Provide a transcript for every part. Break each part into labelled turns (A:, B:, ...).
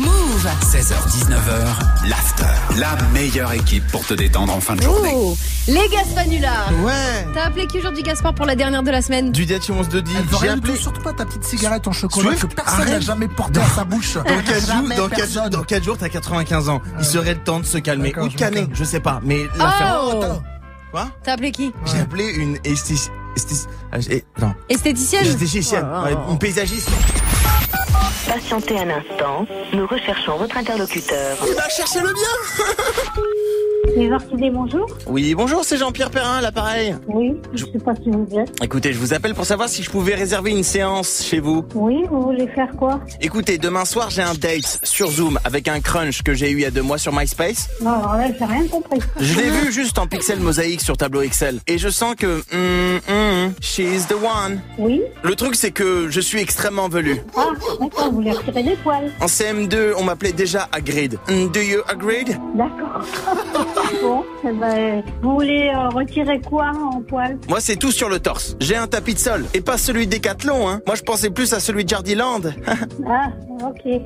A: Rouge.
B: 16h-19h, l'after. La meilleure équipe pour te détendre en fin de journée.
C: Oh, les Gaspanulas.
D: Ouais.
C: T'as appelé qui aujourd'hui, Gaspard, pour la dernière de la semaine
D: Du diati 11 de dit.
A: Elle veut
D: J'ai
A: rien du tout,
D: appelé.
A: surtout pas ta petite cigarette en chocolat
D: Swift,
A: que personne
D: arrête.
A: n'a jamais porté à sa bouche.
D: Dans 4 jours,
A: Jamais
D: dans quatre-
A: personne. Ah
D: dans quatre jours, t'as 95 ans. Il serait le temps de se calmer.
A: D'accord,
D: Ou de
A: je me
D: canner,
A: calme.
D: je sais pas. Mais
C: Oh
D: l'affaire. Quoi
C: T'as appelé qui
D: J'ai appelé une esthé- esthé- ah, j'ai- Non.
C: Esthéticienne
D: Esthéticienne.
C: Oh,
D: Ouais,
C: oh, oh.
D: Une paysagiste.
E: Patientez un instant, nous recherchons votre interlocuteur.
D: Il va chercher le bien.
F: Les Arcadais, bonjour.
D: Oui, bonjour, c'est Jean-Pierre Perrin, l'appareil.
F: Oui, je ne sais pas si vous êtes.
D: Écoutez, je vous appelle pour savoir si je pouvais réserver une séance chez vous.
F: Oui, vous voulez faire quoi
D: Écoutez, demain soir, j'ai un date sur Zoom avec un crunch que j'ai eu il y a deux mois sur MySpace.
F: Non, alors là, j'ai rien compris.
D: Je l'ai vu juste en pixel mosaïque sur tableau Excel. Et je sens que... hum, hum, she's the one.
F: Oui
D: Le truc, c'est que je suis extrêmement velu.
F: Ah, d'accord, vous voulez retirer des poils.
D: En CM2, on m'appelait déjà Agreed. Hmm, Do you agreed
F: D'accord. bon, eh ben, vous voulez euh, retirer quoi en poils
D: Moi, c'est tout sur le torse. J'ai un tapis de sol. Et pas celui d'Ecathlon, hein. Moi, je pensais plus à celui de Jardiland.
F: Ah, ok.
D: Et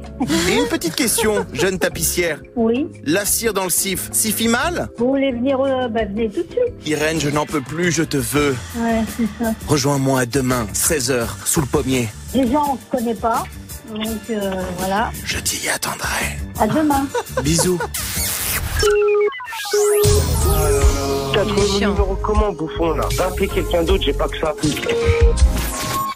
D: une petite question, jeune tapissière.
F: Oui,
D: La cire dans le sif, siffie mal
F: vous voulez venir, euh, bah, venez tout de suite.
D: Irène, je n'en peux plus, je te veux.
F: Ouais, c'est ça.
D: Rejoins-moi demain, 16h, sous le pommier.
F: Déjà, on se connaît pas. Donc, euh, voilà.
D: Je t'y attendrai.
F: À demain.
D: Bisous.
G: T'as trouvé mon
C: chiant.
G: numéro comment, bouffon, là Va appeler quelqu'un d'autre, j'ai pas que ça.